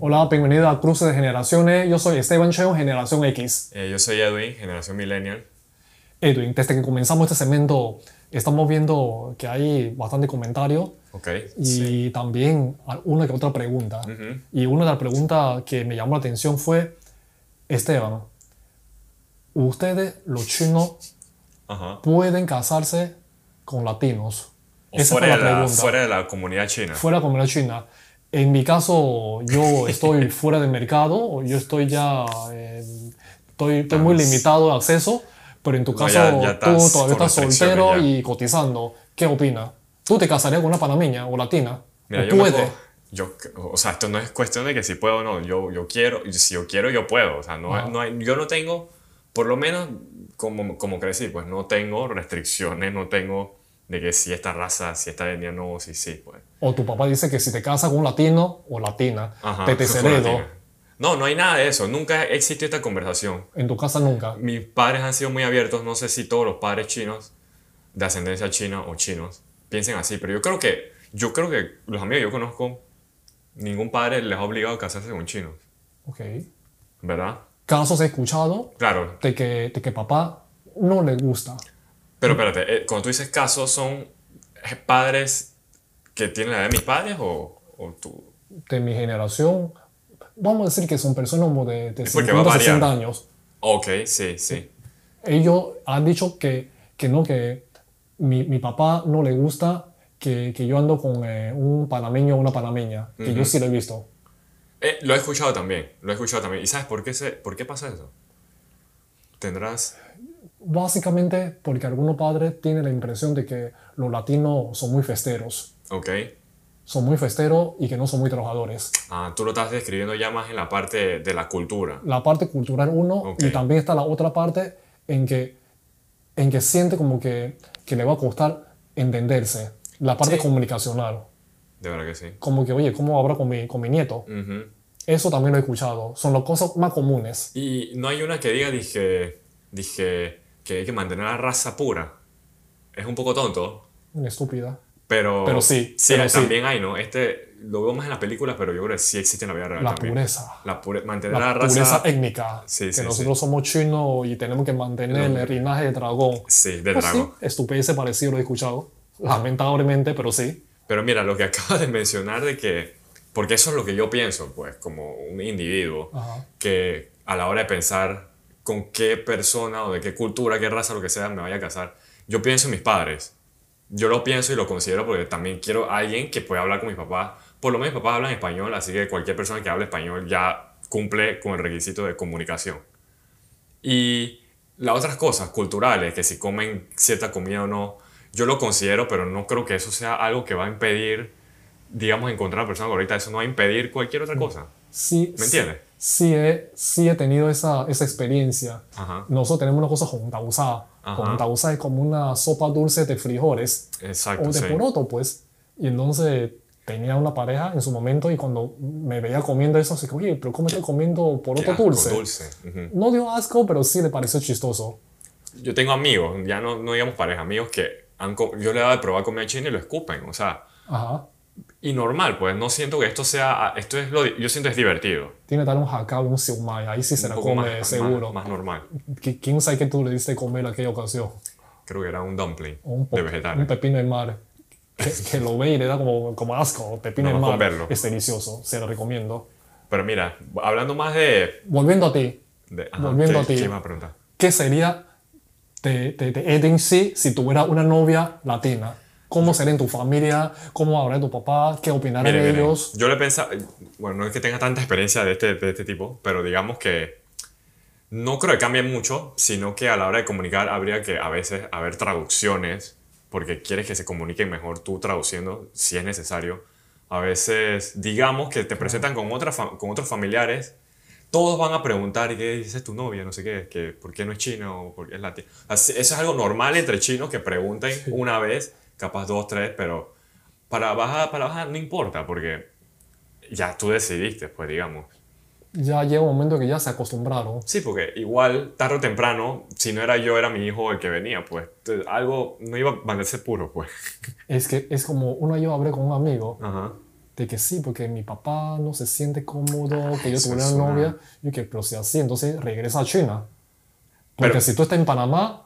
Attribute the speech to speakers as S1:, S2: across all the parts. S1: Hola, bienvenido a Cruces de Generaciones. Yo soy Esteban Cheo, Generación X.
S2: Eh, yo soy Edwin, generación millennial.
S1: Edwin, desde que comenzamos este segmento, estamos viendo que hay bastante comentario
S2: Ok.
S1: y también una que otra pregunta.
S2: Ujú.
S1: Y una de las preguntas que me llamó la atención fue, Esteban, ¿ustedes, los chinos,
S2: Ajá.
S1: pueden casarse con latinos?
S2: O fuera, de la, fuera de la comunidad china.
S1: fuera como la China. En mi caso, yo estoy fuera del mercado, o yo estoy ya. eh, estoy, estoy muy
S2: Estás-
S1: limitado de acceso, pero en tu
S2: Ah, No,
S1: caso,
S2: ya- ya
S1: tú
S2: estás
S1: todavía
S2: con
S1: estás
S2: restricciones
S1: soltero
S2: ya.
S1: y cotizando. ¿Qué opinas? ¿Tú te casarías con una panameña o latina?
S2: Mira,
S1: ¿O
S2: yo me
S1: puedes?
S2: puedo- yo- o sea, esto no es cuestión de que si puedo o no. Yo, yo quiero, y si yo quiero, yo puedo. O sea, no,
S1: Ajá.
S2: no hay- yo no tengo, por lo menos como, como crecí, pues no tengo restricciones, no tengo de que si esta raza, si esta etnia no, si sí, pues.
S1: O tu papá dice que si te casas con un latino o latina,
S2: Ajá.
S1: te te ceredo.
S2: Latina. No, no hay nada de eso. Nunca existió esta conversación.
S1: En tu casa nunca.
S2: Mis padres han sido muy abiertos, no sé si todos los padres chinos de ascendencia china o chinos piensen así, pero yo creo que yo creo que los amigos que yo conozco ningún padre les ha obligado a casarse con chinos,
S1: Ok.
S2: ¿verdad?
S1: Casos he escuchado
S2: Claro,
S1: de que, de que papá no le gusta.
S2: pero espérate, eh, cuando tú dices casos son eh, padres que tienen la edad de mis padres o, o tú
S1: de mi generación, vamos a decir que son personas como de, de
S2: porque va
S1: 50,
S2: a
S1: 60
S2: variar.
S1: años,
S2: Ok, sí, sí.
S1: ellos han dicho que, que no, que mi, mi papá no le gusta que, que yo ando con eh, un panameño o una panameña, que yo sí lo he visto.
S2: Eh, lo he escuchado también, lo he escuchado también. ¿Y sabes por qué, se, por qué pasa eso? Tendrás...
S1: Básicamente porque algunos padres tienen la impresión de que los latinos son muy festeros,
S2: Ok.
S1: son muy festeros y que no son muy trabajadores.
S2: Ah, tú lo estás describiendo ya más en la parte de la cultura.
S1: la parte cultural uno
S2: Ok.
S1: y también está la otra parte en que, en que siente como que, que le va a costar entenderse, la parte
S2: Sí.
S1: comunicacional,
S2: De verdad que sí.
S1: como que, oye, ¿cómo hablo con mi, con mi nieto?
S2: Ujú.
S1: Eso también lo he escuchado, son las cosas más comunes.
S2: Y no hay una que diga, dije, dije, que hay que mantener la raza pura. Es un poco tonto,
S1: Una Estúpida.
S2: pero...
S1: Pero sí,
S2: Sí,
S1: pero sí.
S2: también hay, ¿no? Este lo veo más en las películas, pero yo creo que sí existe en la vida real
S1: La
S2: también.
S1: pureza.
S2: La pure- mantener
S1: La,
S2: la, raza...
S1: pureza étnica.
S2: Sí,
S1: que
S2: sí,
S1: nosotros somos chinos y tenemos que mantener el linaje de dragón.
S2: Sí, del
S1: Pues sí,
S2: dragón.
S1: estupideces parecidas lo he escuchado. Lamentablemente, pero sí.
S2: Pero mira, lo que acabas de mencionar de que... Porque eso es lo que yo pienso, pues, como un individuo,
S1: Ajá.
S2: que a la hora de pensar con qué persona o de qué cultura, qué raza, lo que sea, me vaya a casar, yo pienso en mis padres. Yo lo pienso y lo considero porque también quiero a alguien que pueda hablar con mis papás. Por lo menos mis papás hablan español, así que cualquier persona que hable español ya cumple con el requisito de comunicación. Y las otras cosas culturales, que si comen cierta comida o no, yo lo considero, pero no creo que eso sea algo que va a impedir, digamos, encontrar a la persona correcta. Eso no va a impedir cualquier
S1: Mm.
S2: otra cosa.
S1: Sí,
S2: ¿Me
S1: sí-
S2: entiendes?
S1: Sí, he, sí he tenido esa, esa experiencia.
S2: Ajá.
S1: Nosotros tenemos una cosa juntausada.
S2: Ajá.
S1: Juntausada es como una sopa dulce de frijoles
S2: Exacto.
S1: o de
S2: sí.
S1: poroto, pues. Y entonces tenía una pareja en su momento y cuando me veía comiendo eso, así que, oye, pero ¿cómo estoy comiendo poroto
S2: asco,
S1: dulce?
S2: Ujú.
S1: No dio asco, pero sí le pareció chistoso.
S2: Yo tengo amigos, ya no, no digamos pareja, amigos que han co- yo le he dado de probar comida china y lo escupen, o sea,
S1: Ajá.
S2: y normal, pues no siento que esto sea, ah, esto es lo, di- yo siento es divertido.
S1: Tiene tal un jacal, un siumai, ahí sí se
S2: Un
S1: la
S2: poco
S1: come
S2: más-
S1: seguro.
S2: Más, más normal.
S1: Qui- ¿Quién sabe qué tú le diste comer aquella ocasión?
S2: Creo que era un dumpling
S1: o un, po-
S2: de
S1: un
S2: vegetales.
S1: pepino en mar que, que lo ve y le da como, como asco. Pepino
S2: No,
S1: en
S2: no
S1: mar
S2: con verlo.
S1: es delicioso, se lo recomiendo.
S2: Pero mira, hablando más de...
S1: Volviendo a ti,
S2: de- ajá,
S1: Volviendo
S2: ¿qué-
S1: a ti.
S2: ¿Qué ibas a preguntar?
S1: ¿qué sería de, de, de Eden si, si tuviera una novia latina? ¿Cómo sería en tu familia? ¿Cómo hablaría tu papá? ¿Qué opinarían
S2: Miren, miren,
S1: ellos?
S2: Yo le pensaba, bueno, no es que tenga tanta experiencia de este, de este tipo, pero digamos que no creo que cambie mucho, sino que a la hora de comunicar habría que a veces haber traducciones, porque quieres que se comuniquen mejor tú traduciendo si es necesario. A veces, digamos que te presentan con, otra fa- con otros familiares, todos van a preguntar, ¿y qué dices tu novia? No sé qué, que, ¿por qué no es china o por qué es latina? Así- Eso es algo normal entre chinos que pregunten una vez, capaz dos, tres, pero para baja, para baja no importa, porque ya tú decidiste, pues digamos.
S1: Ya llega un momento que ya se acostumbraron.
S2: Sí, porque igual tarde o temprano, si no era yo, era mi hijo el que venía, pues te- algo no iba a mantenerse puro, pues.
S1: Es que es como uno yo hablé con un amigo
S2: Ajá.
S1: de que sí, porque mi papá no se siente cómodo, que yo
S2: eso
S1: tuve una
S2: es una-
S1: novia, y que, pero si así, entonces regresa a China. Porque
S2: Pero-
S1: si tú estás en Panamá,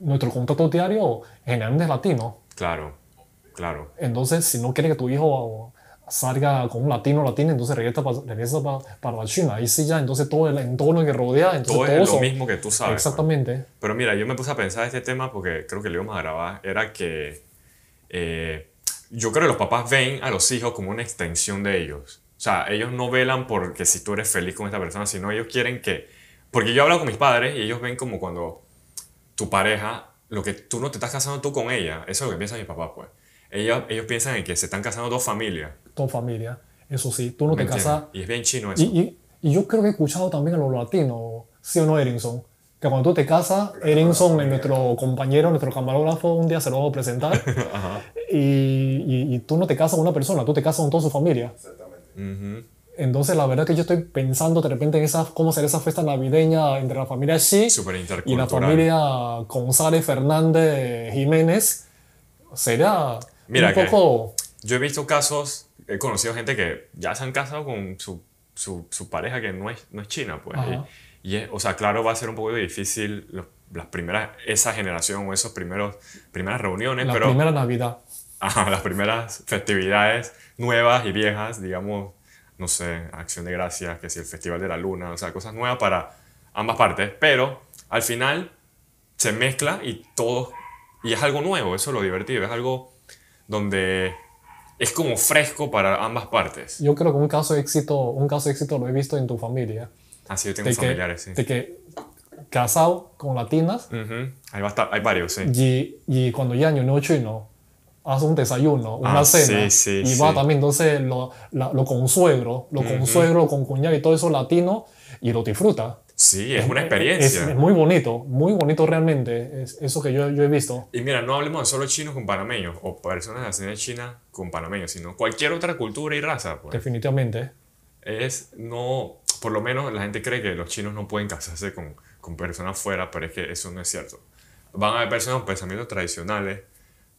S1: nuestro contrato diario generalmente es latino.
S2: Claro, claro.
S1: Entonces, si no quieres que tu hijo salga con un latino o latina, entonces regresa, pa- regresa pa- para China. Ahí sí ya, entonces todo el entorno que rodea, entonces
S2: Todo es
S1: todos
S2: lo
S1: son-
S2: mismo que tú sabes. pues.
S1: Exactamente.
S2: Pero mira, yo me puse a pensar este tema porque creo que lo íbamos a grabar. Era que eh, yo creo que los papás ven a los hijos como una extensión de ellos. O sea, ellos no velan porque si tú eres feliz con esta persona, sino ellos quieren que... Porque yo he hablado con mis padres y ellos ven como cuando tu pareja, lo que tú no te estás casando tú con ella, eso es lo que piensan mis papás, pues. Ellos, ellos piensan en que se están casando dos familias.
S1: tu familia. Eso sí, tú no
S2: ¿me
S1: te
S2: entiendes?
S1: casas.
S2: Y es bien chino
S1: Y,
S2: eso.
S1: y, y yo creo que he escuchado también a los latinos, ¿sí o no, Erinson? Que cuando tú te casas, Erinson, eh, nuestro compañero, nuestro camarógrafo, un día se lo va a presentar. y, y- y tú no te casas con una persona, tú te casas con toda su familia.
S2: Ujú.
S1: Entonces, la verdad que yo estoy pensando de repente en esa, cómo será esa fiesta navideña entre la familia Xi
S2: Súper
S1: y la
S2: intercultural.
S1: familia González Fernández Jiménez. Será
S2: Mira
S1: un
S2: que-
S1: poco.
S2: Yo he visto casos, he conocido gente que ya se han casado con su, su, su pareja que no es, no es china, pues.
S1: Ajá.
S2: Y, y es- o sea, claro, va a ser un poco difícil los- las primeras, esa generación o esas primeros, primeras reuniones,
S1: La
S2: pero
S1: primera Navidad.
S2: ajá, las primeras festividades nuevas y viejas, digamos, no sé, Acción de Gracias, que si el Festival de la Luna, o sea, cosas nuevas para ambas partes, pero al final se mezcla y todo, y es algo nuevo, eso es lo divertido, es algo donde es como fresco para ambas partes.
S1: Yo creo que un caso de éxito, un caso de éxito lo he visto en tu familia.
S2: Así yo tengo
S1: De que,
S2: familiares, sí.
S1: de que casado con latinas
S2: Ujú, Hay, basta- hay varios, sí.
S1: y, y cuando ya año nuevo chino, hace un desayuno, una
S2: Ah,
S1: cena,
S2: sí, sí,
S1: y va
S2: sí.
S1: también entonces lo, la- lo consuegro, lo consuegro con cuñado y todo eso latino y lo disfruta.
S2: Sí, es una
S1: Es,
S2: experiencia.
S1: es muy bonito, muy bonito realmente, es eso que yo, yo he visto.
S2: Y mira, no hablemos de solo chinos con panameños o personas de ascendencia china con panameños, sino cualquier otra cultura y raza. Pues.
S1: Definitivamente.
S2: es no, por lo menos la gente cree que los chinos no pueden casarse con, con personas fuera, pero es que eso no es cierto. Van a haber personas con pensamientos tradicionales,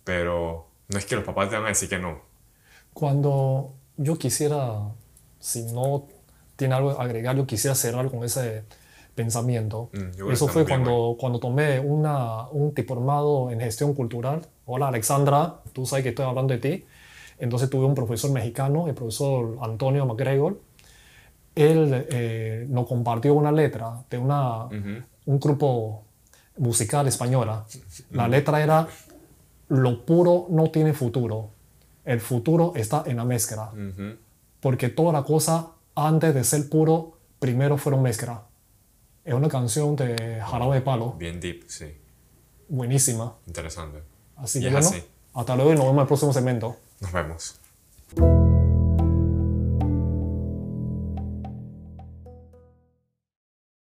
S2: pero no es que los papás te van a decir que no.
S1: Cuando yo quisiera, si no tiene algo que agregar, yo quisiera cerrar con ese pensamiento.
S2: Mm, yo creo que
S1: Eso fue
S2: estamos bien
S1: cuando, cuando tomé una, un diplomado en gestión cultural. Hola Alexandra, tú sabes que estoy hablando de ti. Entonces tuve un profesor mexicano, el profesor Antonio McGregor. Él eh, nos compartió una letra de una,
S2: Ujú.
S1: un grupo musical española. La letra era Lo puro no tiene futuro. El futuro está en la mezcla.
S2: Ujú.
S1: Porque toda la cosa antes de ser puro, primero fueron mezcla. Es una canción de Jarabe de Palo.
S2: Bien deep, sí.
S1: Buenísima.
S2: Interesante.
S1: Así
S2: Y
S1: que
S2: es
S1: bueno,
S2: así.
S1: hasta luego y nos vemos en el próximo segmento.
S2: Nos vemos.